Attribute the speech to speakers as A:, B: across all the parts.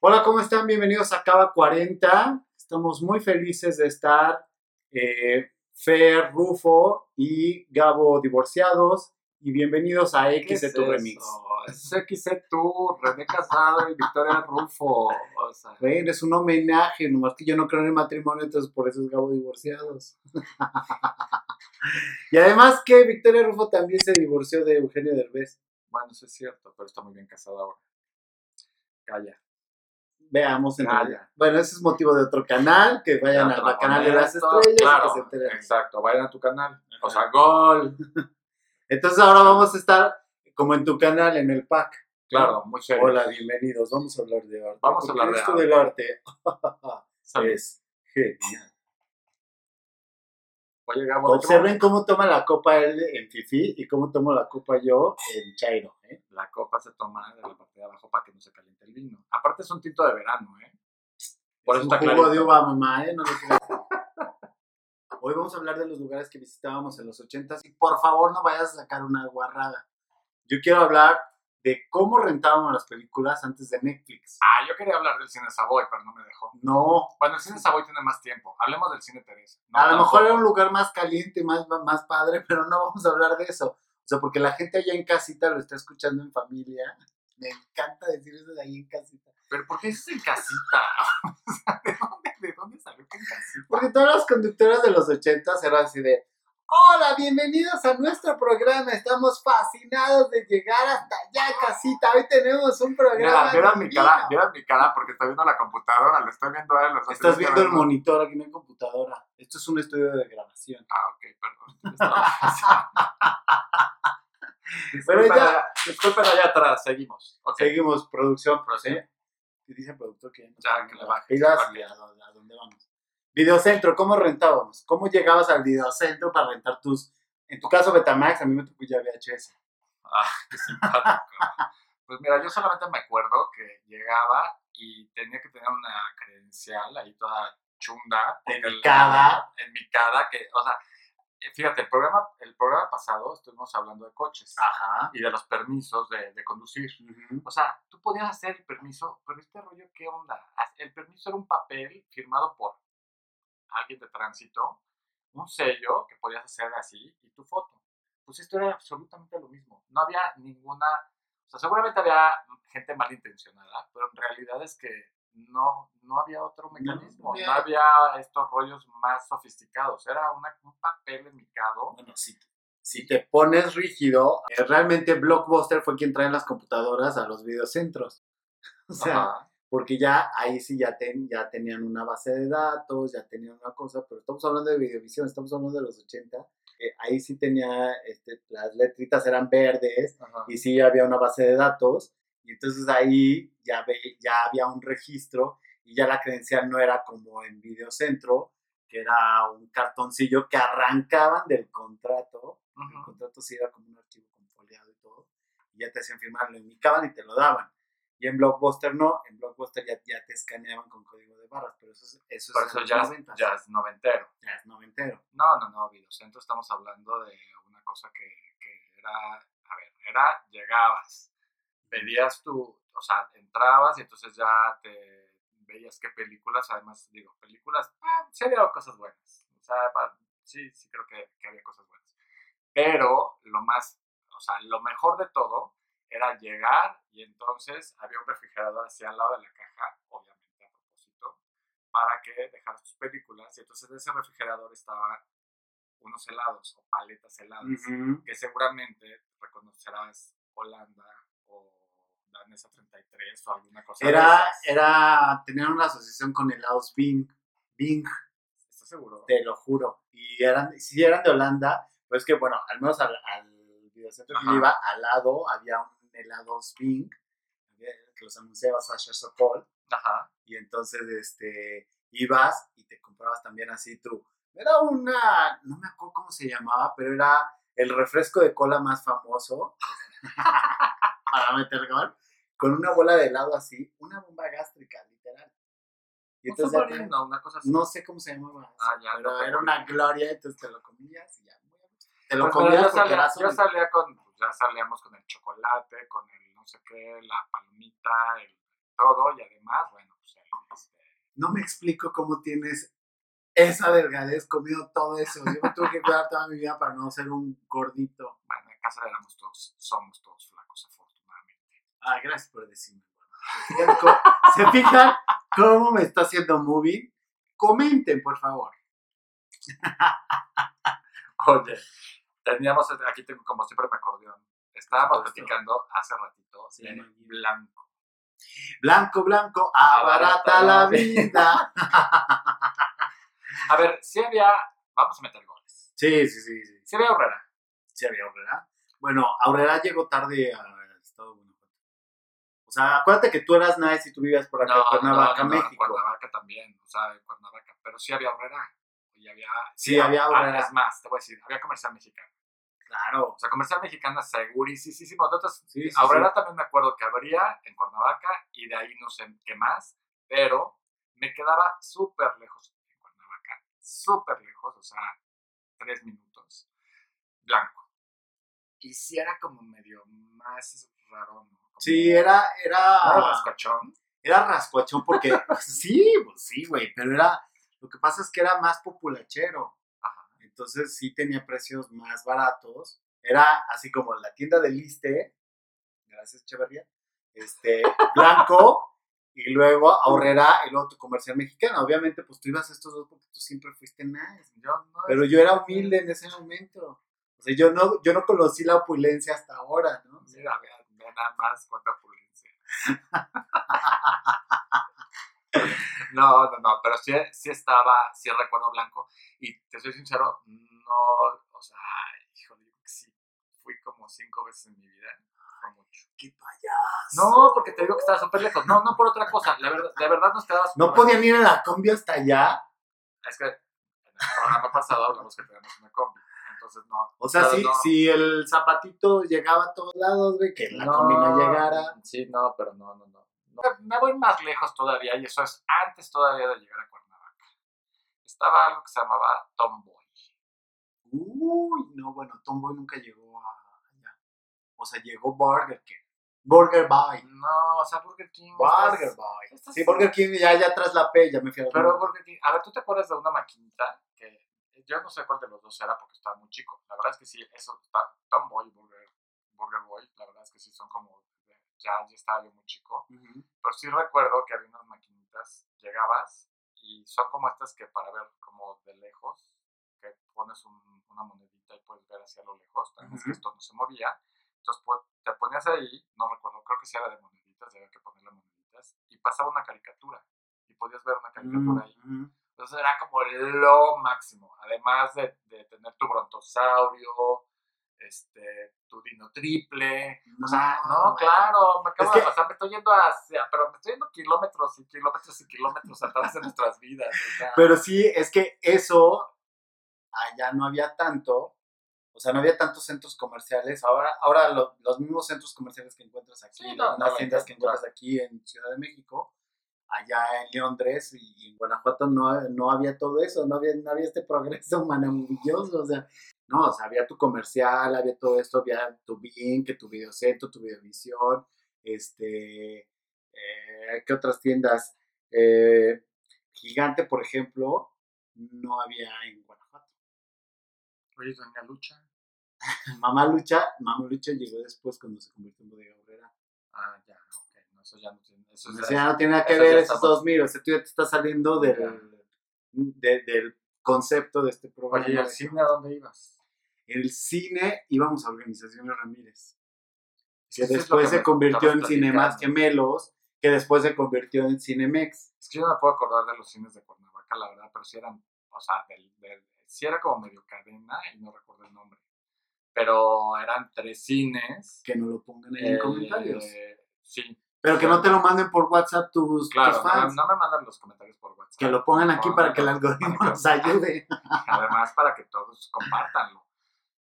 A: Hola, ¿cómo están? Bienvenidos a Cava 40. Estamos muy felices de estar eh, Fer, Rufo y Gabo divorciados. Y bienvenidos a
B: ¿Qué
A: X de
B: es
A: tu
B: eso?
A: remix.
B: Es XC Tour, René Casado y Victoria Rufo. O sea,
A: Güey, es un homenaje, nomás que yo no creo en el matrimonio, entonces por eso es Gabo divorciados. y además que Victoria Rufo también se divorció de Eugenio Derbez.
B: bueno, eso es cierto, pero está muy bien casada ahora. Calla.
A: Veamos en
B: Calla.
A: realidad. Bueno, ese es motivo de otro canal, que vayan al canal de las
B: Esto,
A: estrellas y
B: ¿eh? Claro,
A: que se enteren.
B: exacto, vayan a tu canal. O sea, gol.
A: Entonces ahora vamos a estar como en tu canal, en el pack.
B: Claro, muy serio.
A: Hola, bienvenidos. Vamos a hablar de arte.
B: Vamos a
A: Porque
B: hablar de
A: esto
B: arte.
A: del arte
B: Sale.
A: es genial.
B: Oye, Gabo, ¿de qué
A: Observen cómo toma la copa él en Fifi y cómo tomo la copa yo en Chairo. ¿eh?
B: la copa se toma de la parte de abajo para que no se caliente el vino. Aparte es un tinto de verano, ¿eh? Por
A: Es
B: eso
A: un
B: está
A: jugo
B: clarito.
A: de uva, mamá. ¿eh? No lo creas. Hoy vamos a hablar de los lugares que visitábamos en los 80s y por favor no vayas a sacar una guarrada. Yo quiero hablar de cómo rentábamos las películas antes de Netflix.
B: Ah, yo quería hablar del cine Savoy, pero no me dejó.
A: No,
B: Bueno, el cine Savoy tiene más tiempo. Hablemos del cine Teresa. No,
A: A lo
B: tampoco.
A: mejor era un lugar más caliente, más, más padre, pero no vamos a hablar de eso. O sea, porque la gente allá en casita lo está escuchando en familia. Me encanta decir eso de ahí en casita.
B: ¿Pero por qué es en casita? O sea, ¿de dónde, de dónde salió que en casita?
A: Porque todas las conductoras de los ochentas eran así de, hola, bienvenidos a nuestro programa. Estamos fascinados de llegar hasta allá, casita. Hoy tenemos un programa.
B: Mira, vieras mi
A: divino".
B: cara, vieras mi cara porque está viendo la computadora, lo estoy viendo a él. o sea,
A: Estás
B: estoy
A: viendo el monitor aquí en la computadora. Esto es un estudio de grabación.
B: Ah, ok, perdón. Estaba-
A: Pero
B: Disculpen
A: ya,
B: allá- Disculpen allá atrás, seguimos. Ok,
A: seguimos producción,
B: Prosigue.
A: ¿eh? Y dice el productor que ya no
B: Ya,
A: tenemos
B: que le
A: las
B: baje,
A: pilas
B: que
A: y a, dónde- a dónde vamos. Videocentro, ¿cómo rentábamos? ¿Cómo llegabas al videocentro para rentar tus... En tu caso Betamax, a mí me tocó ya VHS.
B: qué simpático. Pues mira, yo solamente me acuerdo que llegaba y tenía que tener una credencial ahí toda chunda.
A: En
B: porque
A: mi
B: la-
A: cara.
B: En mi cara, que, o sea, eh, fíjate, el programa, el programa pasado estuvimos hablando de coches.
A: Ajá.
B: y de los permisos de, de conducir. O sea, tú podías hacer el permiso, pero este rollo, ¿qué onda? El permiso era un papel firmado por alguien de tránsito, un sello que podías hacer así y tu foto. Pues esto era absolutamente lo mismo. No había ninguna, o sea, seguramente había gente malintencionada, pero en realidad es que no, no había otro mecanismo,
A: había-
B: no había estos rollos más sofisticados. Era una- un papel enmicado.
A: Bueno, si, si te pones rígido, eh, realmente Blockbuster fue quien trae las computadoras a los videocentros. O sea,
B: Ajá.
A: porque ya ahí sí ya, ten- ya tenían una base de datos, ya tenían una cosa, pero estamos hablando de videovisión, estamos hablando de los 80, eh, ahí sí tenía, este, las letritas eran verdes
B: Ajá.
A: y sí había una base de datos, y entonces ahí ya, ve- ya había un registro y ya la credencial no era como en videocentro, que era un cartoncillo que arrancaban del contrato el
B: Ujú.
A: contrato sí era como un archivo con foliado y todo, y ya te hacían firmar, lo indicaban y te lo daban. Y en Blockbuster no, en Blockbuster ya, ya te escaneaban con código de barras, pero eso es, eso
B: Por
A: es
B: eso
A: en los
B: ya, es-
A: noventas.
B: ya es noventero.
A: Ya es noventero.
B: No, no, no, Videocentro, estamos hablando de una cosa que, que era, a ver, era, llegabas, pedías tu, o sea, entrabas y entonces ya te veías qué películas, además, digo, películas, ah, sí había cosas buenas, o sea, pa- sí, sí creo que, que había cosas buenas, pero lo más, o sea, lo mejor de todo era llegar y entonces había un refrigerador así al lado de la caja, obviamente a propósito, para que dejaras tus películas. Y entonces en ese refrigerador estaban unos helados o paletas heladas, que seguramente reconocerás Holanda o Danesa 33 o alguna cosa. de
A: Era,
B: esas.
A: era, tenían una asociación con helados Bing, Bing,
B: ¿Estás seguro?
A: te lo juro. Y eran, si eran de Holanda, pues que bueno, al menos al, al videocentro que
B: Ajá.
A: iba, al lado había un helados Bing, eh, que los anunciaba Sasha Sokol,
B: Ajá.
A: y entonces este ibas y te comprabas también así tú. Era una, no me acuerdo cómo se llamaba, pero era el refresco de cola más famoso para meter gol, con una bola de helado así, una bomba gástrica, literal. Y
B: Un
A: entonces ya te-
B: submarino, una cosa así.
A: no sé cómo se llamaba, eso,
B: Ah, ya,
A: pero
B: no te
A: era
B: acuerdo.
A: una gloria, entonces te lo comías y ya. Te lo
B: Pues, pero
A: comías
B: yo
A: porque
B: salía, pues,
A: era
B: yo
A: azul.
B: salía con, ya salíamos con el chocolate, con el no sé qué, la palomita, el todo y además, bueno, pues este,
A: No me explico cómo tienes esa delgadez comido todo eso. Yo me tuve que cuidar toda mi vida para no ser un gordito.
B: bueno, en casa éramos todos, somos todos flacos afortunadamente.
A: Ah, gracias por decirme. ¿Se fijan co- ¿Se fijan cómo me está haciendo movie? Comenten, por favor.
B: Oye, teníamos, aquí tengo como siempre mi acordeón. Estábamos
A: Por supuesto.
B: platicando hace ratito
A: Sí.
B: de blanco.
A: Blanco, blanco, abarata
B: Abarata
A: la
B: la
A: vida.
B: A ver, si había, vamos a meter goles.
A: Sí, sí, sí, sí.
B: Si había Herrera,
A: Sí había Aurrera. Bueno, Aurrera llegó tarde al estado de Guanajuato. O sea, acuérdate que tú eras nice y tú vivías por acá, en Cuernavaca,
B: en
A: México.
B: Cuernavaca también, o sea, en Cuernavaca. Pero sí había Herrera. Y había, ah,
A: Sí, había Aurrera.
B: Es más, te voy a decir, había comercial mexicano.
A: Claro.
B: O sea, comercial mexicana segurísimo. De otras,
A: Sí, sí,
B: Aurrera también me acuerdo que habría en Cuernavaca y de ahí no sé qué más, pero me quedaba súper lejos de Cuernavaca, súper lejos, o sea, tres minutos, blanco. Y si era como medio más raro, ¿no? Como
A: Sí, era,
B: Más
A: era,
B: rascachón.
A: era rascuachón porque, sí, pues sí, güey, pero era, lo que pasa es que era más populachero. Entonces sí tenía precios más baratos. Era así como la tienda del Liste, gracias Cheverría, este, blanco, y luego ahorrera y luego tu comercial mexicano. Obviamente, pues tú ibas a estos dos porque tú siempre fuiste nice.
B: Yo no
A: Pero yo era humilde en ese momento. O sea, yo no, yo no conocí la opulencia hasta ahora, ¿no?
B: Mira, vean, vean nada más cuánta opulencia. no, no, no, pero sí, sí estaba, sí recuerdo blanco. Y te soy sincero, no, o sea, híjole, yo creo que sí. Fui como cinco veces en mi vida, fue mucho.
A: ¡Qué payas!
B: No, porque te digo que estaba súper lejos. No, no por otra cosa, la verdad, de verdad nos quedaba súper
A: ¿No podían ir a la combi hasta allá?
B: Es que en el programa pasado hablamos que teníamos una combi. Entonces, no.
A: O sea,
B: Claro,
A: si,
B: no.
A: si el zapatito llegaba a todos lados, güey, que la combi no llegara.
B: Sí, no, pero no, no, no. No, Me voy más lejos todavía y eso es antes todavía de llegar a Cuernavaca. Estaba algo que se llamaba Tomboy.
A: Uy, no, bueno, Tomboy nunca llegó a allá. O sea, llegó Burger King. Burger Boy.
B: No, o sea, Burger King.
A: Burger
B: estás-
A: Boy.
B: estás-
A: Sí, Burger King ya, ya traslapé, ya me fui a la
B: Pero Burger King. A ver, ¿tú te acuerdas de una maquinita que yo no sé cuál de los dos era porque estaba muy chico? La verdad es que sí, eso está Tomboy y Burger, Burger Boy. La verdad es que sí son como. Ya, ya estaba yo muy chico.
A: Ujú.
B: pero sí recuerdo que había unas maquinitas, llegabas y son como estas que para ver como de lejos, que pones un- una monedita y puedes ver hacia lo lejos, también es que
A: Ujú.
B: esto no se movía, entonces po- te ponías ahí, no recuerdo, creo que sí era de moneditas, había que ponerle moneditas, y pasaba una caricatura, y podías ver una
A: Mm.
B: caricatura ahí.
A: Ujú.
B: Entonces era como lo máximo, además de, de tener tu brontosaurio, este, tu dino triple, o sea, no,
A: güey.
B: claro, me acabo
A: Es que-
B: de pasar, me estoy yendo hacia, pero me estoy yendo kilómetros y kilómetros y kilómetros atrás de nuestras vidas. o sea.
A: Pero sí, es que eso allá no había tanto. O sea, no había tantos centros comerciales. Ahora, ahora lo- los mismos centros comerciales que encuentras aquí,
B: Sí, no,
A: las
B: no,
A: mismas tiendas
B: no,
A: que encuentras aquí en Ciudad de México, allá en Londres y, y en Guanajuato no, no había todo eso, no había, no había este progreso maravilloso. O sea, no, o sea, había tu comercial, había todo esto, había tu Bing, que tu videocentro, tu videovisión, este, eh, ¿qué otras tiendas? Eh, Gigante, por ejemplo, no había en Guanajuato.
B: Oye, doña Lucha.
A: Mamá Lucha, Mamá Lucha llegó después cuando se convirtió en bodega obrera.
B: Ah, ya, ok, no, eso ya no tiene, eso
A: Eso
B: Pues ya-
A: ya no tiene nada que
B: eso
A: ver
B: ya
A: esos
B: estamos-
A: dos, mira, o sea, tú ya te estás saliendo del,
B: Ya.
A: de- del concepto de este programa.
B: Oye, ¿y al cine a dónde ibas?
A: El cine íbamos a Organizaciones Ramírez, que
B: Es eso es lo
A: después
B: me
A: se convirtió en
B: estabas
A: Cinemas
B: platicando.
A: Gemelos, que después se convirtió en Cinemex.
B: Es que yo no me puedo acordar de los cines de Cuernavaca, la verdad, pero sí eran, o sea, del, del- sí era como medio cadena y no recuerdo el nombre. Pero eran tres cines.
A: Que no lo pongan ahí en
B: eh,
A: comentarios.
B: Sí,
A: Pero que no te lo manden por WhatsApp tus, tus
B: Claro, no,
A: fans.
B: no me mandan los comentarios por WhatsApp.
A: Que lo pongan aquí
B: No,
A: para
B: no,
A: que el
B: no,
A: algoritmo
B: para que-
A: nos ayude.
B: Además, para que todos compartanlo.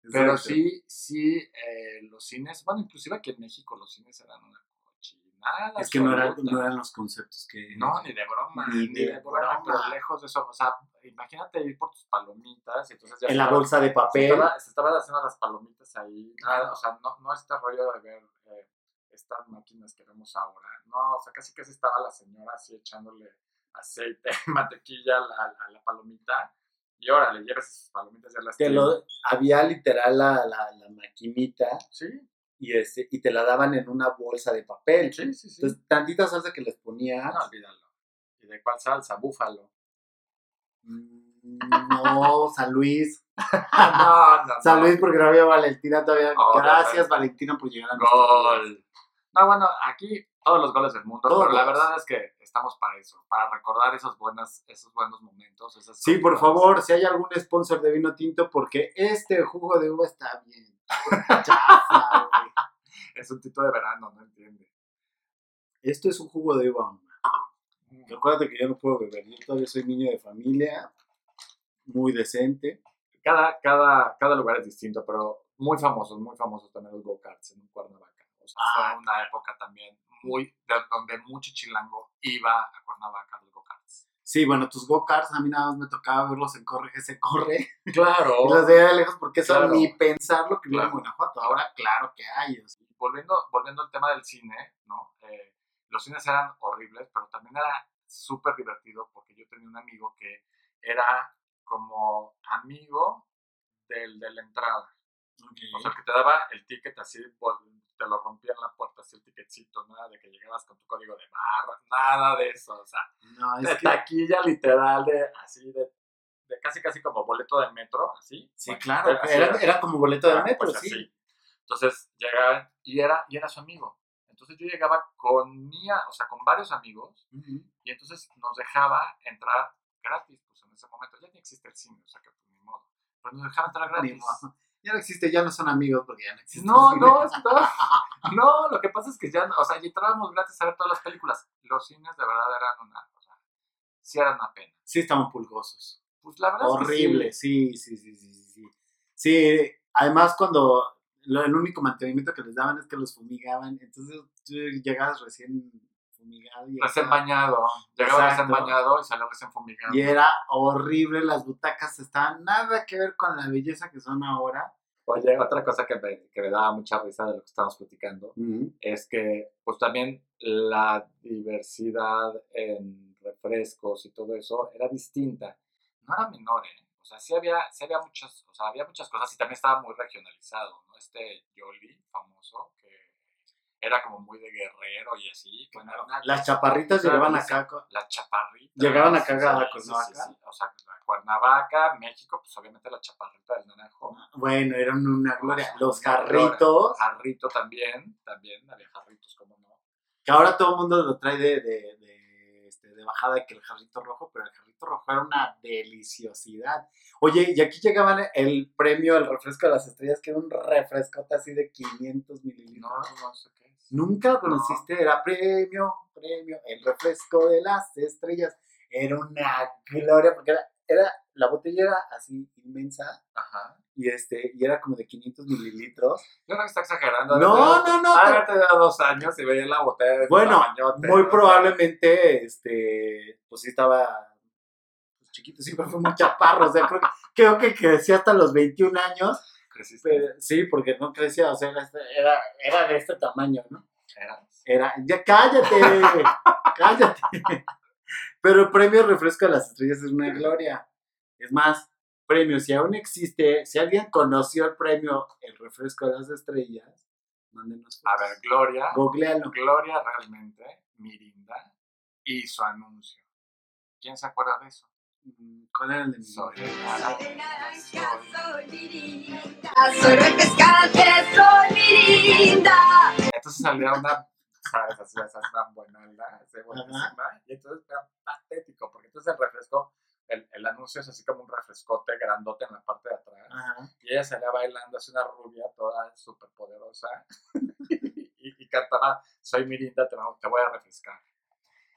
B: Pero
A: Exacto.
B: sí, sí, eh, los cines, bueno, inclusive aquí en México los cines eran una cochinada.
A: Es que no, era-
B: absoluta.
A: no eran los conceptos que...
B: No, ni de broma, ni, de, broma, pero lejos de eso. O sea, imagínate ir por tus palomitas y entonces ya
A: en la
B: estaba-
A: bolsa de
B: se
A: papel.
B: estaba- se estaban haciendo las palomitas ahí. Nada, o sea, no, no este rollo de ver eh, estas máquinas que vemos ahora. No, o sea, casi casi estaba la señora así echándole aceite, mantequilla a la, a la palomita. Y ahora le llevas esas palomitas ya las
A: Que
B: tienes.
A: lo, había literal la, la, la maquinita
B: Sí,
A: y, este, y te la daban en una bolsa de papel.
B: sí, sí, sí.
A: Entonces, ah. tantita salsa que les ponías.
B: No, olvídalo. ¿Y de cuál salsa? Búfalo.
A: mm, No, San Luis.
B: no, no,
A: San Luis porque no había Valentina todavía.
B: Oh,
A: Gracias,
B: perfecto.
A: Valentina, por llegar a nuestros días.
B: Gol. No, bueno, aquí todos los goles del mundo,
A: Todos
B: pero la
A: los.
B: verdad es que estamos para eso, para recordar esos, buenas, esos buenos momentos. Esas
A: Sí, por
B: cosas.
A: favor, si hay algún sponsor de vino tinto, porque este jugo de uva está bien. Chafa, güey.
B: Es un tito de verano, no entiende.
A: Esto es un jugo de uva. mamá. Recuerda que yo no puedo beber. Yo todavía soy niño de familia, muy decente.
B: Cada, cada, cada lugar es distinto, pero muy famosos, muy famosos también los go-karts en Cuernavaca. O sea,
A: Ah,
B: fue una época también muy, de donde mucho chilango iba a Cuernavaca a los go-karts.
A: Sí, bueno, tus go-karts a mí nada más me tocaba verlos en corre, que se corre.
B: Claro.
A: Y los veía de lejos porque eso
B: Oh. Claro.
A: ni pensar lo que hubiera en
B: Claro.
A: Guanajuato. Ahora, claro que hay. o sea.
B: volviendo, volviendo al tema del cine, ¿no? Eh, los cines eran horribles, pero también era súper divertido porque yo tenía un amigo que era como amigo del de la entrada. O sea, el que te daba el ticket así, vol- te lo rompía en la puerta así el ticketcito, nada de que llegabas con tu código de barra, nada de eso. O sea,
A: No, es
B: de
A: que.
B: taquilla literal, de así, de, de casi casi como boleto de metro, así.
A: Sí,
B: Bueno, eh,
A: claro.
B: pues, así
A: Era, era como boleto de
B: Ah,
A: metro,
B: pues
A: sí.
B: así. Entonces llegaban y era, y era su amigo. Entonces yo llegaba con mía, o sea, con varios amigos
A: Ujú.
B: y entonces nos dejaba entrar gratis, pues en ese momento ya ni existe el cine, o sea que pues, ni modo. Pero nos dejaba entrar
A: Ni
B: gratis.
A: modo. Ya no existe, ya no son amigos porque ya no existe.
B: Ah, pues. No,
A: el cine.
B: no, está- no, lo que pasa es que ya, o sea, ya entrábamos gratis a ver todas las películas. Los cines de verdad eran una, o sea, sí eran una pena.
A: Sí, estaban pulgosos.
B: Pues la verdad
A: Horrible,
B: es
A: sí, sí, sí, sí, sí, sí. Sí, además cuando lo- el único mantenimiento que les daban es que los fumigaban, entonces tú llegabas recién fumigado y
B: que sí, recién bañado. Llegaba
A: Exacto.
B: recién bañado y salió recién fumigado.
A: y era horrible, las butacas estaban nada que ver con la belleza que son ahora.
B: Oye, otra cosa que me, que me daba mucha risa de lo que estábamos platicando es que, pues también la diversidad en refrescos y todo eso era distinta. No era menor, ¿eh? O sea, sí había, sí había muchas, o sea, había muchas cosas y también estaba muy regionalizado, ¿no? Este Yoli famoso, que era como muy de guerrero y así. Bueno, era una-
A: Las chaparritas
B: Claro,
A: llegaban
B: las
A: acá, con-
B: las chaparritas.
A: Llegaban acá
B: sí,
A: a
B: sí,
A: Cuernavaca.
B: sí, sí. O sea, la Cuernavaca, México, pues obviamente la chaparrita del naranjo.
A: bueno, eran una gloria, los
B: Una gloria.
A: carritos,
B: Jarrito también, también había jarritos, como no.
A: que ahora todo el mundo lo trae de, de, de, este, de bajada que el jarrito rojo, pero el jarrito rojo era una deliciosidad. Oye, y aquí llegaban el premio, el refresco de las estrellas, que era un refrescote así de 500
B: No,
A: mililitros.
B: no sé qué es.
A: Nunca lo conociste, era premio, premio, el refresco de las estrellas. Era una gloria, porque era, era la botella era así inmensa
B: Ajá.
A: y, este, y era como de 500 mililitros.
B: Yo creo que está exagerando.
A: No, no, no, pero-
B: Había tenido dos años y veía la botella de
A: Bueno,
B: tamañote,
A: Muy
B: o sea,
A: probablemente, este, pues sí estaba pues, chiquito, siempre fue muy chaparro, o sea, creo, creo que crecí hasta los 21 años,
B: creciste.
A: pero sí, porque no crecía, o sea, era, este- era, era de este tamaño, ¿no?
B: Era-
A: Era, ya cállate, cállate. Pero el premio Refresco de las Estrellas es una gloria. Es más, premio, si aún existe, si alguien conoció el premio El Refresco de las Estrellas, mándenos.
B: A ver, Gloria.
A: googlealo.
B: Gloria realmente, Mirinda, y su anuncio. ¿Quién se acuerda de eso?
A: Mm, ¿Cuál era el de mi
B: Soy
C: Soy naranja, soy mirinda. Soy refrescante, soy mirinda.
B: Entonces salía una, ¿sabes? Así, así, una buenalda, así buenísima, y entonces era patético, porque entonces el refresco, el, el anuncio es así como un refrescote grandote en la parte de atrás,
A: Ajá.
B: y ella salía bailando, así una rubia toda súper poderosa, y, y cantaba, soy Mirinda, te, va- te voy a refrescar.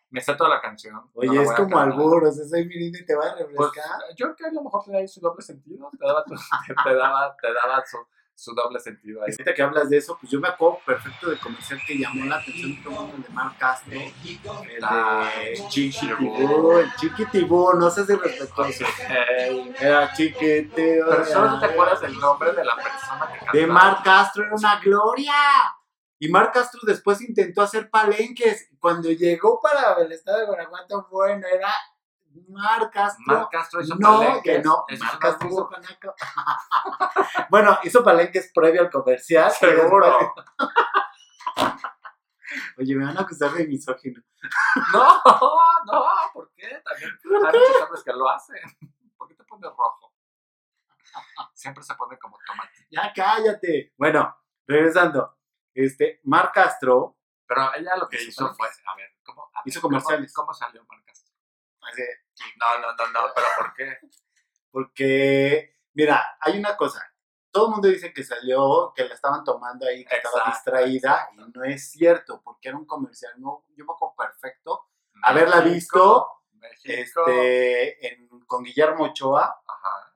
B: Me sé toda la canción.
A: Oye,
B: no la
A: es
B: voy a
A: como
B: cantar.
A: albur, o sea, soy mirinda y te va a
B: Pues,
A: refrescar.
B: yo creo que a lo mejor tenía ahí su doble sentido, te daba, tu- te, te daba, te daba su, su doble sentido ahí.
A: Ahorita que hablas de eso, pues yo me acuerdo perfecto del comercial que llamó la atención todo el mundo, el de Mark Castro, el de Chiquitibú, el Chiquitibú, no seas irrespetuoso. Era chiquitibú.
B: Pero solo no te acuerdas del nombre de la persona que cantaba.
A: De Mark Castro era una gloria. Y Mar Castro después intentó hacer palenques. Cuando llegó para el estado de Guanajuato, bueno, era Mar Castro.
B: Mar Castro hizo
A: no,
B: palenques.
A: que no.
B: Eso
A: Mar
B: es
A: Castro
B: una-
A: hizo panaco. bueno, hizo palenques previo al comercial. y después-
B: Seguro.
A: Oye, me van a acusar de misógino.
B: No, no, ¿por qué? También hay muchos hombres que lo hacen. ¿Por qué te pones rojo? Siempre se pone como tomate.
A: Ya cállate. Bueno, regresando. Este, Mar Castro,
B: Pero ella lo que
A: Hizo
B: hizo fue, a ver, ¿cómo? a ver,
A: Hizo
B: ¿cómo-
A: comerciales.
B: ¿Cómo, salió Mar Castro?
A: así,
B: No, no, no, no, pero ¿por qué?
A: porque, mira, hay una cosa. Todo el mundo dice que salió, que la estaban tomando ahí, que estaba
B: Exacto,
A: distraída.
B: exacto.
A: Y no es cierto, porque era un comercial. No, yo me acuerdo perfecto. Haberla visto,
B: México.
A: Este, en- con Guillermo Ochoa.
B: Ajá.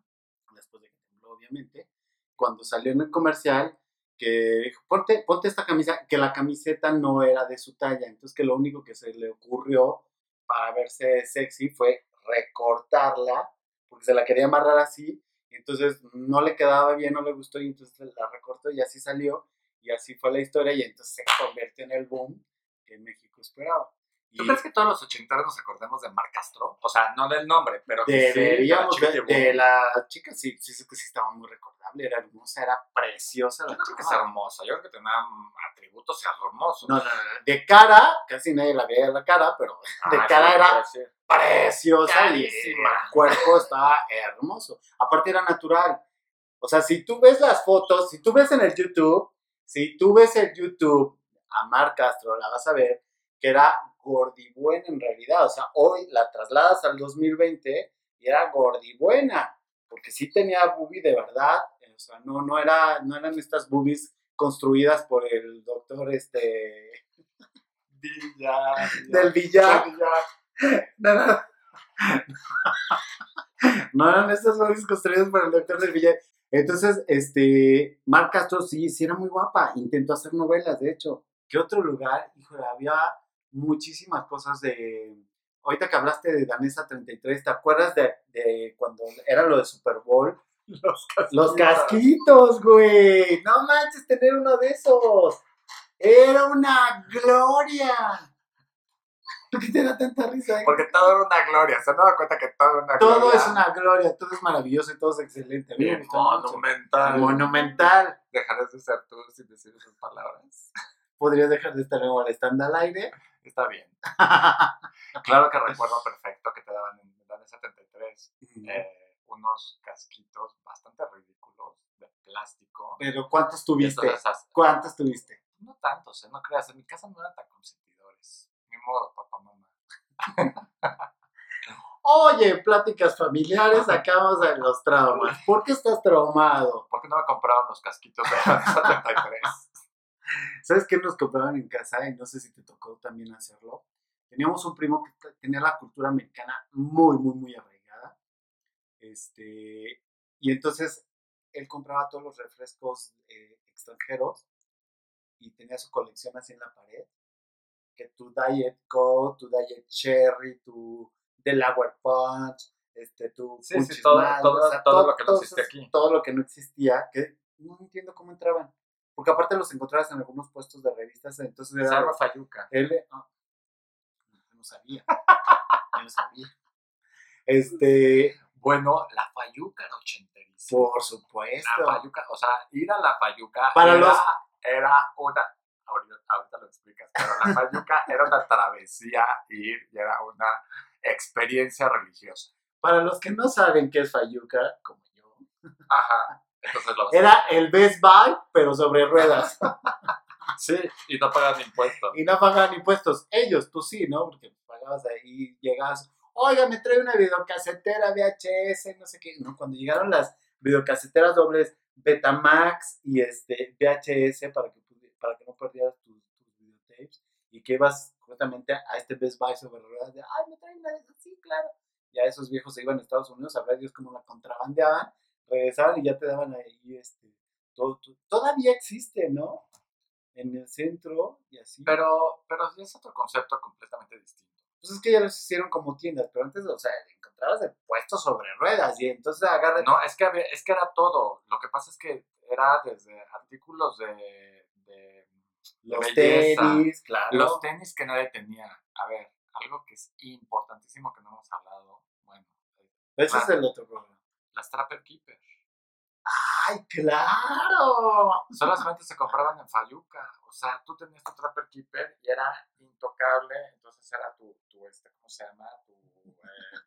A: después de que tembló, obviamente, cuando salió en el comercial, que dijo, ponte, ponte esta camisa, que la camiseta no era de su talla, entonces que lo único que se le ocurrió para verse sexy fue recortarla, porque se la quería amarrar así, y entonces no le quedaba bien, no le gustó, y entonces la recortó y así salió, y así fue la historia, y entonces se convirtió en el boom que México esperaba.
B: ¿Tú
A: Y
B: crees que todos los ochenteros nos acordemos de Mar Castro? O sea, no del nombre, pero que sí, de la
A: Deberíamos
B: chica
A: de,
B: que
A: de
B: hubo.
A: la chica, sí, sí, sí, que sí estaba muy recordable, era hermosa, era preciosa.
B: Yo
A: la
B: no creo que
A: chava.
B: sea hermosa, yo creo que tenía atributos hermosos.
A: No, no, no, de cara, casi nadie la veía de la cara, pero de
B: Ah,
A: cara
B: sí,
A: era
B: quiero decir.
A: preciosa y
B: Carísima.
A: el cuerpo estaba hermoso. Aparte era natural. O sea, si tú ves las fotos, si tú ves en el YouTube, si tú ves el YouTube a Mar Castro, la vas a ver que era gordibuena en realidad. O sea, hoy la trasladas al 2020 y era gordibuena, porque sí tenía boobie de verdad. O sea, no, no, era, no eran estas boobies construidas por el doctor este,
B: Villa, Villa,
A: del billar.
B: Villa.
A: No, no, no. No eran estos lobbies construidos por el doctor del Villar. Entonces, este, Mar Castro sí, sí era muy guapa. Intentó hacer novelas, de hecho. ¿Qué otro lugar? Híjole, había muchísimas cosas de... Ahorita que hablaste de Danesa 33, ¿te acuerdas de, de cuando era lo de Super Bowl?
B: Los casquitos.
A: Los casquitos, güey. No manches tener uno de esos. Era una gloria. ¿Por qué te da tanta risa? eh?
B: Porque todo era una gloria. Se han dado cuenta que todo era una gloria.
A: Todo es una gloria, todo es maravilloso y todo es excelente. A mí me
B: Bien,
A: gustó mucho.
B: monumental.
A: Monumental.
B: Dejarás de ser tú sin decir esas palabras.
A: Podrías dejar de estar molestando al aire.
B: Está bien. Claro que recuerdo
A: Pues
B: perfecto que te daban en el 73 eh, unos casquitos bastante ridículos de plástico.
A: Pero ¿cuántos
B: Y
A: tuviste?
B: eso les hace-
A: ¿Cuántos tuviste?
B: No tantos, ¿eh? no creas. En mi casa no eran tan consentidores. Ni modo, papá, mamá.
A: Oye, pláticas familiares, sacamos a los traumas. ¿Por qué estás traumado?
B: ¿Por qué no me compraron los casquitos de la 73?
A: ¿Sabes qué nos compraban en casa? Y no sé si te tocó también hacerlo. Teníamos un primo que t- tenía la cultura americana muy, muy, muy arraigada. Este, y entonces él compraba todos los refrescos eh, extranjeros y tenía su colección así en la pared. Que tu Diet Coke, tu Diet Cherry, tu Delaware Punch, este, tu
B: Sí, sí,
A: Punch
B: todo-
A: Mal,
B: todo- todo lo que no
A: todos
B: existe
A: esos-
B: aquí.
A: Todo lo que no existía, que no entiendo cómo entraban. Porque aparte los encontrabas en algunos puestos de revistas, entonces era
B: Salva Fayuca.
A: él, ah, no sabía. Yo no sabía. Este,
B: Bueno, la Fayuca era ochenterísima.
A: por
B: La
A: supuesto.
B: Fayuca, o sea, ir a la Fayuca
A: Para
B: era,
A: los-
B: era una. Ahorita, ahorita lo explicas, pero la Fayuca era una travesía ir y era una experiencia religiosa.
A: Para los que no saben qué es Fayuca, como yo,
B: Ajá. Entonces lo vas a-
A: era el Best Buy, pero sobre ruedas.
B: Sí, y no pagas impuestos.
A: Y no pagaban impuestos. Ellos, tú sí, ¿no? Porque pagabas ahí, llegabas, oiga, me trae una videocasetera VHS, no sé qué. No, cuando llegaron las videocaseteras dobles Betamax y este VHS para que, pudi- para que no perdieras tus, tus videotapes y que ibas justamente a este Best Buy sobre ruedas de, ay, me traen una de esas, sí, claro. Ya esos viejos se iban a Estados Unidos, a Dios cómo la contrabandeaban, regresaban y ya te daban ahí este... todo- todo- todavía existe, ¿no? En el centro y así.
B: Pero, pero sí es otro concepto completamente distinto.
A: Pues es que ya los hicieron como tiendas, pero antes, o sea, encontrabas de puestos sobre ruedas y entonces agarra.
B: No, es que, había- es que era todo. Lo que pasa es que era desde artículos de, de
A: Los
B: belleza,
A: tenis, claro.
B: Los tenis que nadie tenía. A ver, algo que es importantísimo que no hemos hablado. Bueno,
A: Ese es el otro problema.
B: las Trapper Keeper.
A: ¡Ay, claro!
B: Solamente se compraban en Fayuca. O sea, tú tenías tu Trapper Keeper y era intocable. Entonces era tu, tu este, ¿cómo se llama? Tu, eh,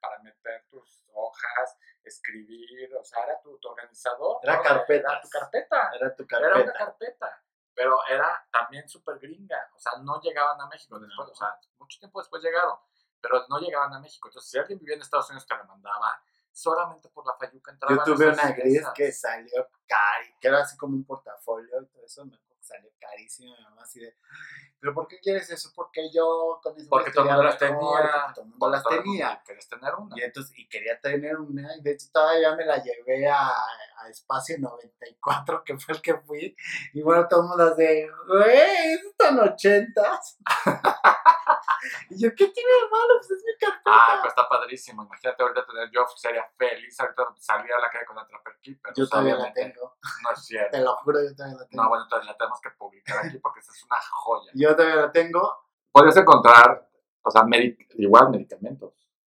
B: para meter tus hojas, escribir. O sea, era tu, tu organizador.
A: Era
B: ¿no?
A: carpetas.
B: Era tu carpeta.
A: Era tu
B: Era una
A: carpeta.
B: carpeta. Pero era también súper gringa. O sea, no llegaban a México después. O sea, mucho tiempo después llegaron. Pero no llegaban a México. Entonces, si alguien vivía en Estados Unidos, te la mandaba. Solamente por la Fayuca entraban.
A: Yo tuve
B: esas
A: una gris
B: piezas.
A: que salió cari, que era así como un portafolio y todo eso, me acuerdo que salió carísimo, mi mamá así de, ¿pero por qué quieres eso? Porque yo con eso
B: Porque todo el mundo las tenía.
A: todo el mundo las
B: Todo el mundo
A: tenía.
B: Querías tener una.
A: Y entonces, y quería tener una, y de hecho todavía me la llevé a, a Espacio 94, que fue el que fui, y bueno, todo el mundo así, de, güey, eso están ochentas. y yo, ¿qué tiene de malo? Pues es mi carpeta.
B: Ah, pero está padrísimo. Imagínate ahorita tener yo, sería feliz ahorita salir a la calle con la Trapper Keeper.
A: yo
B: O sea,
A: todavía la
B: obviamente,
A: tengo,
B: No es cierto.
A: te lo juro, yo todavía la tengo.
B: No, bueno, entonces la tenemos que publicar aquí porque esa es una joya.
A: Yo todavía la tengo,
B: Podrías encontrar, o sea, medic- igual medicamentos.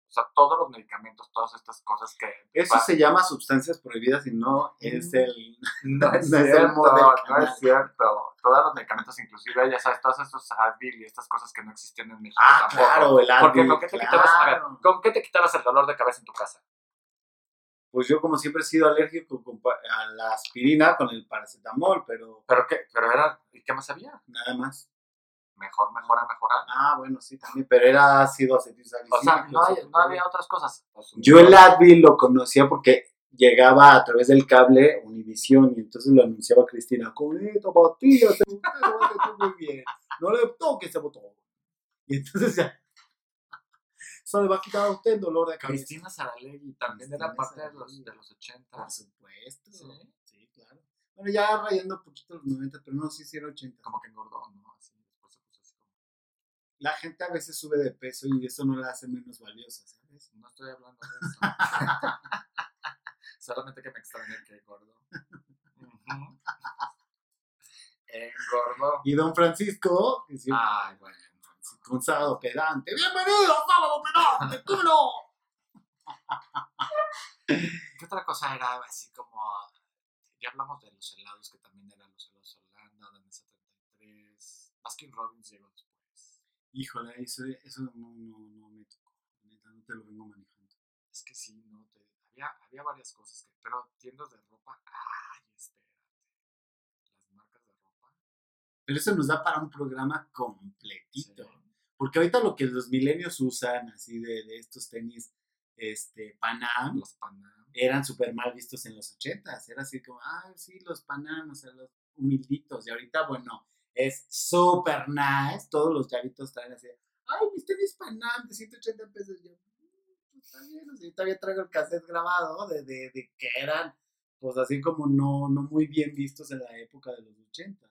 B: O sea, todos los medicamentos, todas estas cosas que...
A: Eso
B: pa-
A: se llama sustancias prohibidas y no
B: Mm.
A: es el.
B: No es
A: no es el
B: cierto,
A: modelo
B: no
A: canal.
B: es cierto. Todos los medicamentos, inclusive, ya sabes, todos estos Advil y estas cosas que no existían en México
A: Ah,
B: tampoco.
A: el
B: Ah, Porque
A: Advil,
B: ¿con qué, te
A: claro.
B: quitabas, a ver, ¿con qué te quitabas el dolor de cabeza en tu casa?
A: Pues yo, como siempre, he sido alérgico con pa- a la aspirina con el paracetamol, pero
B: ¿Pero qué? ¿Pero era? ¿Y qué más había?
A: nada más.
B: Mejor, mejora, mejorar.
A: Ah, bueno, sí, también, pero era ácido acetilsalicílico.
B: O sea, no, hay-
A: sí,
B: no había otras cosas. Pues,
A: Yo el Advil lo conocía porque llegaba a través del cable Univision y entonces lo anunciaba Cristina, con esta pastilla se usted lo va a sentir muy bien, no le toque ese botón. Y entonces ya, eso le va a quitar a usted el dolor de cabeza.
B: Cristina Saralegui también era
A: Cristina Ah,
B: parte de
A: Saralegui.
B: los, de los 80.
A: Por supuesto.
B: Sí.
A: Sí, claro. Bueno, ya rayando un poquito los 90, pero no, sí, sí era 80.
B: Como que engordó, ¿no? Así, después se puso así como,
A: La gente a veces sube de peso y eso no la hace menos valiosa, ¿sabes?
B: No estoy hablando de eso. Solamente que me extraña que engordó. Ujú. engordó.
A: Y don Francisco, que siempre
B: Ay, bueno.
A: con sábado pedante. ¡Bienvenido a sábado pedante! ¡Cómo no!
B: ¿Qué otra cosa era así como.? Ya hablamos de los helados, que también eran los helados Holanda, Dame 73. Baskin Robbins llegó después.
A: Híjole, eso, eso no, no, no me tocó. Neta, no te lo vengo manejando.
B: Es que sí, no, te, había, había varias cosas que, pero tiendas de ropa, ay, espérate. Las marcas de ropa.
A: Pero eso nos da para un programa
B: sí.
A: completito. Porque ahorita lo que los milenios usan, así de, de estos tenis, este, Panam,
B: Los Panam.
A: eran súper mal vistos en los ochentas. Era así como, ah, sí, los Panam, o sea, los humilditos. Y ahorita, bueno, es súper nice. Todos los chavitos traen así, ay, mis tenis Panam de 180 pesos. Yo, "Mm, está bien, o sea, yo todavía traigo el cassette grabado de, de- de que eran, pues así como no, no muy bien vistos en la época de los ochentas.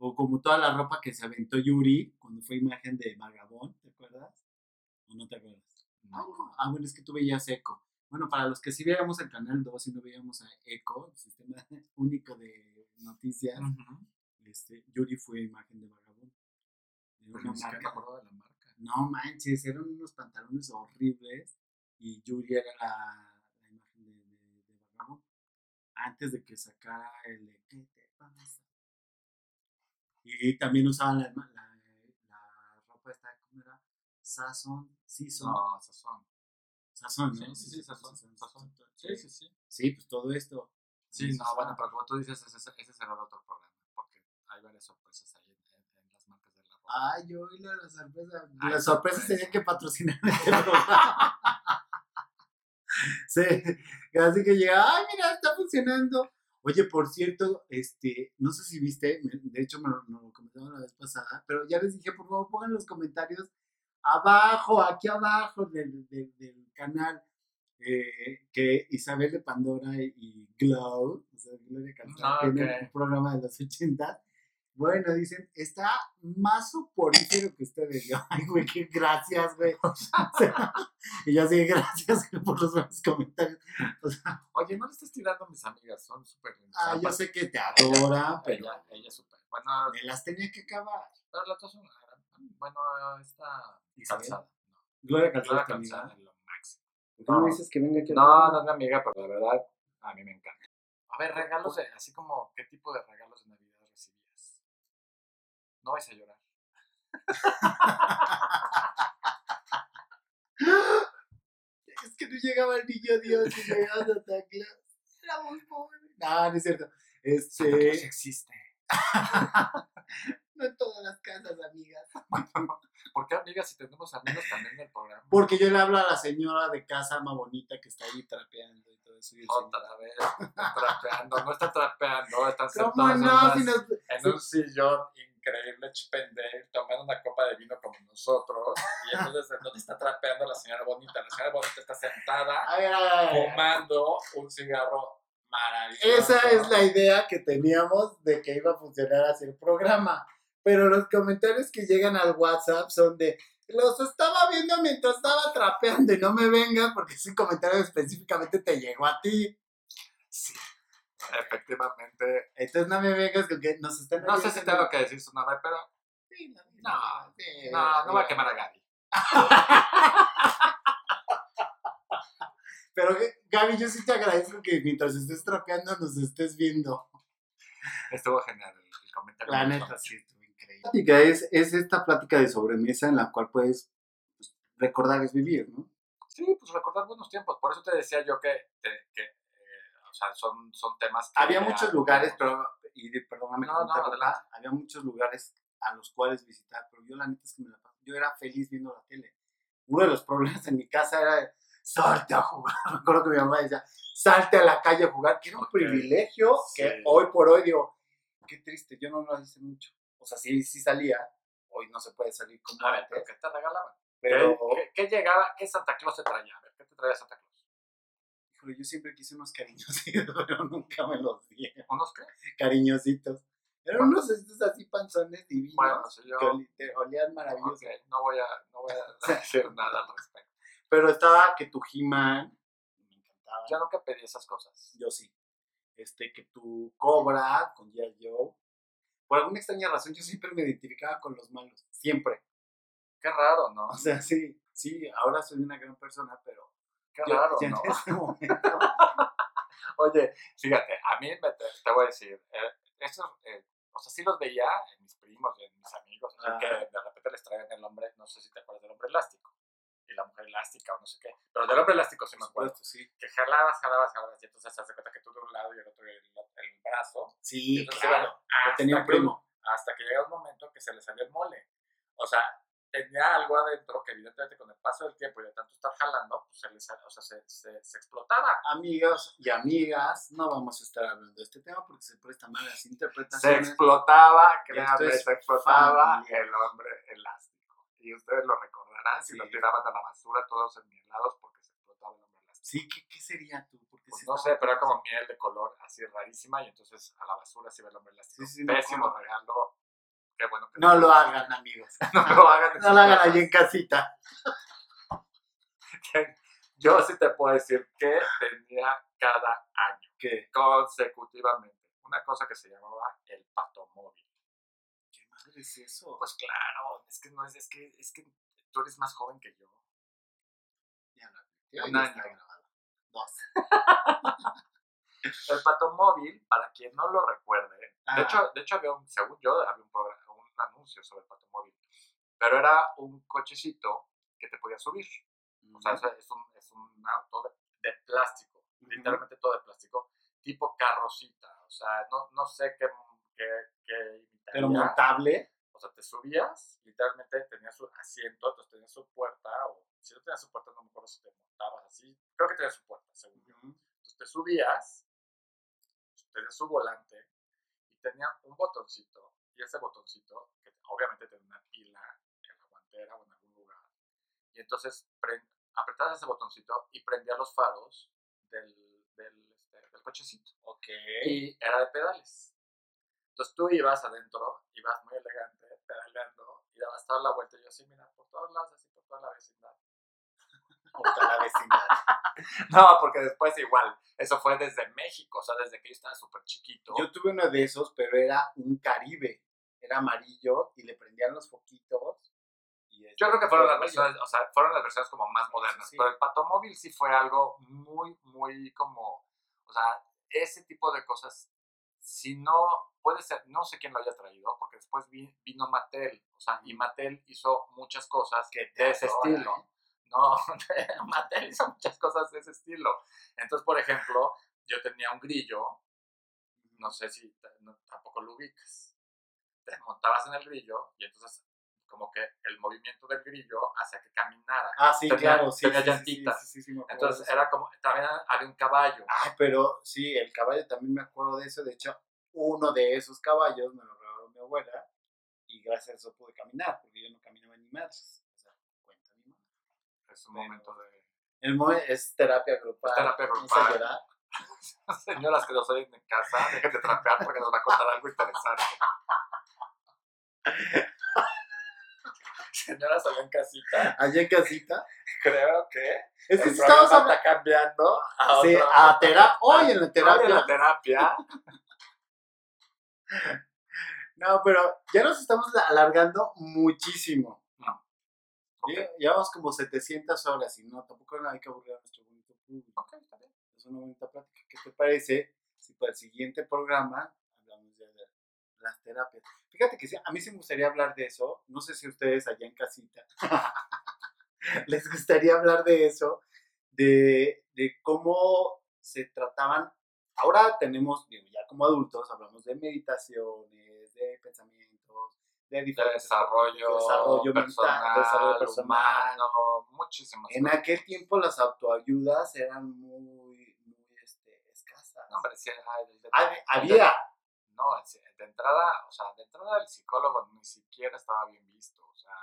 A: O como toda la ropa que se aventó Yuri cuando fue imagen de Vagabond, ¿te acuerdas? ¿O no te acuerdas? Ah, no. Ah, bueno, es que tú veías Eco. Bueno, para los que sí veíamos el canal 2 y no veíamos a Eco, el sistema único de noticias,
B: Ujú.
A: este, Yuri fue imagen de vagabundo. De
B: Pero
A: una
B: ni siquiera me
A: marca.
B: acuerdo de la marca.
A: No manches, eran unos pantalones horribles y Yuri era la, la imagen de, de- de vagabundo. Antes de que sacara el de, ¿Qué te pasa? Y también usaban la, la, la ropa esta, ¿cómo era? Sazon, Season.
B: No, Sazón.
A: Sazón,
B: Sí,
A: ¿no?
B: sí, sí, Sazón. Sazón. Sí, sí, sí.
A: Sí, pues todo esto.
B: Sí, no,
A: Sazón.
B: bueno, pero como tú dices, ese, ese será el otro problema, porque hay varias sorpresas ahí en, en- en las marcas de la ropa.
A: Ay, yo oí la, la sorpresa.
B: Ay,
A: la sorpresa
B: sorpresa.
A: sería que patrocinar este programa. sí, así que llega, ay, mira, está funcionando. Oye, por cierto, este, no sé si viste, me- de hecho me lo, nos lo comentaron la vez pasada, pero ya les dije, por favor, pongan los comentarios abajo, aquí abajo del, del- del canal, eh, que Isabel de Pandora y, y Glow, o sea, Gloria Calzada,
B: Ah,
A: tienen
B: ok.
A: un programa de los 80. Bueno, dicen, está más soporífero que ustedes. Yo, ay, güey, qué gracias, güey. O sea, y yo así, gracias güey, por los buenos comentarios. O sea,
B: Oye, no le estés tirando a mis amigas, son súper lindas.
A: ah, yo
B: Aparte,
A: sé que te adora, pero
B: Ella, ella es súper Bueno,
A: Me las tenía que acabar.
B: pero las dos son una gran. Bueno, esta.
A: Isabel.
B: Calzada.
A: Gloria
B: No,
A: Calzada,
B: la
A: tu amiga.
B: calzada es lo máximo.
A: ¿Cómo
B: No.
A: dices que venga aquí?
B: No, no es mi amiga, pero la verdad, a mí me encanta. A ver, regalos, de- así como, ¿qué tipo de regalos de Navidad recibías? No vais a llorar.
A: Es que no llegaba el niño Dios y llegaba Santa Claus. Era muy pobre. No, no es cierto.
B: Santa Claus
A: Este,
B: existe.
A: no en todas las casas, amigas.
B: ¿Por qué, amiga, si tenemos amigos también del programa?
A: Porque yo le hablo a la señora de casa más bonita que está ahí trapeando y todo eso. y el señor-
B: Otra vez, está trapeando, no está trapeando, están
A: ¿Cómo
B: sentados
A: no? Si
B: en, unas-
A: nos-
B: en un sillón increíble, chipendel, tomando una copa de vino como nosotros, y entonces no te está trapeando la señora bonita, la señora bonita está sentada,
A: A ver, a ver, a ver.
B: fumando un cigarro maravilloso.
A: Esa es la idea que teníamos de que iba a funcionar así el programa. Pero los comentarios que llegan al WhatsApp son de los estaba viendo mientras estaba trapeando y no me vengas porque ese comentario específicamente te llegó a ti.
B: Sí, efectivamente.
A: Entonces no me vengas con que nos están
B: No sé si
A: oyendo.
B: tengo que decir su nombre, pero
A: Sí, no,
B: No,
A: sí,
B: no, no va a
A: sí.
B: quemar a Gaby.
A: Pero Gaby, yo sí te agradezco que mientras estés trapeando nos estés viendo.
B: Estuvo genial el, el comentario.
A: La neta, sí, estuvo increíble. Plática es, es esta plática de sobremesa en la cual puedes pues, recordar es vivir, ¿no?
B: Sí, pues recordar buenos tiempos. Por eso te decía yo que, te- que, eh, o sea, son, son temas que...
A: Había
B: ya-
A: muchos lugares, pero, y de- perdóname,
B: No,
A: que te
B: no,
A: interrumpa,
B: adelante.
A: había muchos lugares a los cuales visitar, pero yo la neta es que me la pas- yo era feliz viendo la tele. Uno de los problemas en mi casa era, salte a jugar, me acuerdo que mi mamá decía, salte a la calle a jugar, que era un
B: Ok.
A: privilegio que
B: Sí.
A: hoy por hoy digo, qué triste, yo no lo hice mucho. O sea, sí, sí salía, hoy no se puede salir como
B: A ver,
A: antes,
B: ¿pero qué te regalaban?
A: Ah, pero...
B: ¿Qué, qué- qué llegaba? ¿Qué Santa Claus te traía? A ver, ¿qué te traía Santa Claus?
A: Híjole, yo siempre quise unos cariñositos, pero nunca me los dieron.
B: ¿Unos qué?
A: Cariñositos. Eran unos estos así panzones divinos
B: Bueno, no sé yo...
A: que oli- te olían maravilloso.
B: ok, no voy a, no voy a decir nada al respecto.
A: Pero estaba que tu He-Man, me encantaba.
B: Yo nunca pedí esas cosas.
A: Yo sí. Este, que tu Cobra con G.I. Joe. Por alguna extraña razón, yo siempre me identificaba con los malos. Siempre.
B: Qué raro, ¿no?
A: O sea, sí, sí, ahora soy una gran persona, pero.
B: Qué
A: yo-
B: raro,
A: ya
B: ¿no?
A: en este momento-
B: Oye, fíjate, a mí me te, te voy a decir, eh, estos, eh, o sea, sí los veía en mis primos, en mis amigos, o sea,
A: Ah.
B: que de repente les traían el hombre, no sé si te acuerdas del hombre elástico, y la mujer elástica o no sé qué, pero del hombre elástico sí me acuerdo,
A: sí.
B: que jalabas, jalabas, jalabas, y entonces se hace cuenta que tú de un lado y el otro el, el brazo,
A: Sí,
B: entonces
A: claro.
B: iban pues, hasta
A: tenía un
B: que-
A: primo.
B: hasta que llega un momento que se le salió el mole, o sea, tenía algo adentro que evidentemente con el paso del tiempo y de tanto estar jalando, pues se le sal- o sea, se- se- se explotaba.
A: amigos y amigas, no vamos a estar hablando de este tema porque se prestan malas
B: Se
A: interpretaciones.
B: explotaba, créanme,
A: Esto es
B: se explotaba
A: familiar.
B: el hombre elástico. Y ustedes lo recordarán si
A: Sí.
B: lo tiraban a la basura todos enmielados porque se explotaba el hombre elástico.
A: sí, ¿qué, qué sería tú? Porque
B: Pues
A: sí
B: no
A: estaba-
B: sé, pero era como miel de color así rarísima y entonces a la basura se iba el hombre elástico.
A: Sí, sí, me
B: Pésimo
A: acuerdo.
B: regalo. Qué bueno que
A: No lo hagan, amigos.
B: no lo hagan. en
A: No
B: sus
A: lo hagan
B: casas.
A: allí en casita.
B: Yo sí te puedo decir que tenía cada año
A: ¿Qué?
B: consecutivamente una cosa que se llamaba el patomóvil.
A: ¿Qué madre es eso?
B: Pues claro, es que no es, es que es que tú eres más joven que yo.
A: Ya lo admití, ahí
B: Un
A: está
B: año.
A: grabado. Dos.
B: El pato móvil, para quien no lo recuerde,
A: Ah.
B: de hecho, de hecho había un, según yo, había un, programa- un anuncio sobre el pato móvil, pero era un cochecito que te podía subir. O sea, es, es un, es un auto de, de plástico,
A: Ujú.
B: literalmente todo de plástico, tipo carrocita. O sea, no, no sé qué, qué, qué imitaría.
A: Pero montable.
B: O sea, te subías, literalmente tenía su asiento, entonces tenía su puerta, o si no tenía su puerta, no me acuerdo si te montabas así. Creo que tenía su puerta, según yo. Entonces te subías, tenía su volante y tenía un botoncito. Y ese botoncito, que obviamente tenía una pila en la guantera o en algún lugar. Y entonces pre- apretabas ese botoncito y prendía los faros del, del, este, del cochecito.
A: Ok.
B: Y era de pedales. Entonces tú ibas adentro, ibas muy elegante, pedaleando, y dabas toda la vuelta. Y yo así, mira, por todos lados, así por toda la vecindad.
A: Hasta la vecindad.
B: No, porque después igual, eso fue desde México, o sea, desde que yo estaba súper chiquito.
A: Yo tuve uno de esos, pero era un Caribe. Era amarillo y le prendían los foquitos. y este-
B: Yo creo que fueron las
A: Oye,
B: versiones, o sea, fueron las versiones como más modernas,
A: Sí.
B: pero el patomóvil sí fue algo muy, muy como, o sea, ese tipo de cosas, si no, puede ser, no sé quién lo haya traído, porque después vi- vino Mattel, o sea, y Mattel hizo muchas cosas que de ese
A: adora,
B: estilo. No, Mattel hizo muchas cosas de ese estilo. Entonces, por ejemplo, yo tenía un grillo, no sé si t- no- tampoco lo ubicas. Te montabas en el grillo y entonces como que el movimiento del grillo hacía que caminara.
A: Ah, sí,
B: Tenía-
A: claro, sí.
B: tenía
A: sí, sí,
B: llantitas.
A: Sí, sí, sí, sí, me acuerdo
B: Entonces
A: de eso.
B: era como, Ah, también había un caballo.
A: Ay, pero sí, el caballo también me acuerdo de eso. De hecho, uno de esos caballos me lo regaló mi abuela y gracias a eso pude caminar, porque yo no caminaba ni madres. O sea, cuenta mi madre.
B: Es un momento de
A: El momento es terapia grupal.
B: Terapia
A: Vamos a
B: grupal.
A: llorar.
B: señoras que no salen en casa, dejen de trapear porque nos va a contar algo interesante. Señoras allá en casita,
A: Allá en casita.
B: creo que
A: Es que
B: el
A: sí estamos
B: programa
A: hablando.
B: está cambiando a
A: Sí,
B: otro-
A: a terapia. Hoy en la
B: Hoy en
A: terapia.
B: la terapia.
A: No, pero ya nos estamos alargando muchísimo.
B: Ok,
A: Lle- Llevamos como 700 horas y no, tampoco hay que aburrir a nuestro bonito público.
B: ok, está bien.
A: Es una bonita plática. ¿Qué te parece si para el siguiente programa hablamos ya de las terapias? Fíjate que sí, a mí sí me gustaría hablar de eso. No sé si ustedes allá en casita les gustaría hablar de eso, de, de cómo se trataban. Ahora tenemos, digo, ya como adultos, hablamos de meditaciones, de pensamientos, de
B: de
A: diferentes
B: desarrollo,
A: Desarrollo mental,
B: personal,
A: desarrollo personal.
B: humano, muchísimas
A: En
B: cosas.
A: aquel tiempo las autoayudas eran muy, muy este, escasas.
B: No, hombre, sí, ay, de- de-
A: Hab- Había,
B: no, es- eh, de entrada, o sea, de entrada el psicólogo ni siquiera estaba bien visto, o sea,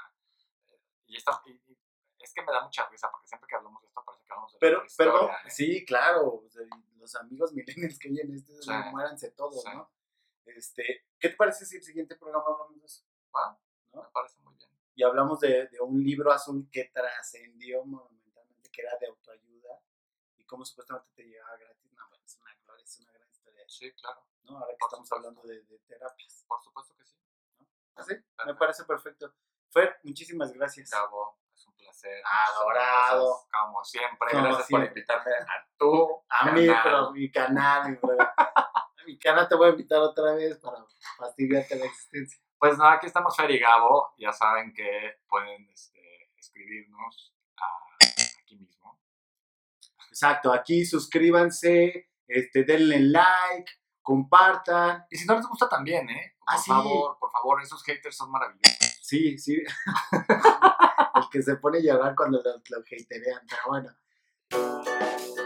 B: eh, y, esta- y- y es que me da mucha risa porque siempre que hablamos de esto parece que hablamos de
A: pero,
B: la
A: pero,
B: historia, ¿eh?
A: sí, claro, o sea, los amigos millennials que hay en este,
B: Sí.
A: muéranse todos,
B: Sí.
A: ¿no? Este, ¿qué te parece si el siguiente programa hablamos de eso?
B: Va,
A: ¿no?
B: Me parece muy bien.
A: Y hablamos de, de un libro azul que trascendió monumentalmente, que era de autoayuda, y cómo supuestamente te llegaba gratis. No, bueno, es una gloria, es una gran historia,
B: Sí, claro,
A: ¿no? Ahora que
B: Por
A: estamos
B: supuesto.
A: hablando de, de terapias.
B: por supuesto que sí.
A: Sí, me
B: Perfecto.
A: parece perfecto. Fer, muchísimas gracias.
B: Gabo, es un placer.
A: Adorado.
B: Muchas gracias, Como siempre,
A: Como
B: gracias
A: siempre.
B: por invitarme a tu
A: A mí,
B: canal.
A: pero mi canal, mi bro. A mi canal te voy a invitar otra vez para fastidiarte la existencia.
B: Pues nada, aquí estamos Fer y Gabo. Ya saben que pueden este, escribirnos a- aquí mismo.
A: Exacto, aquí suscríbanse, este, denle like, compartan.
B: Y si no les gusta también, ¿eh? Por
A: Ah, sí.
B: favor, por favor, esos haters son maravillosos.
A: Sí, sí. El que se pone a llorar cuando lo, lo haterean, pero bueno.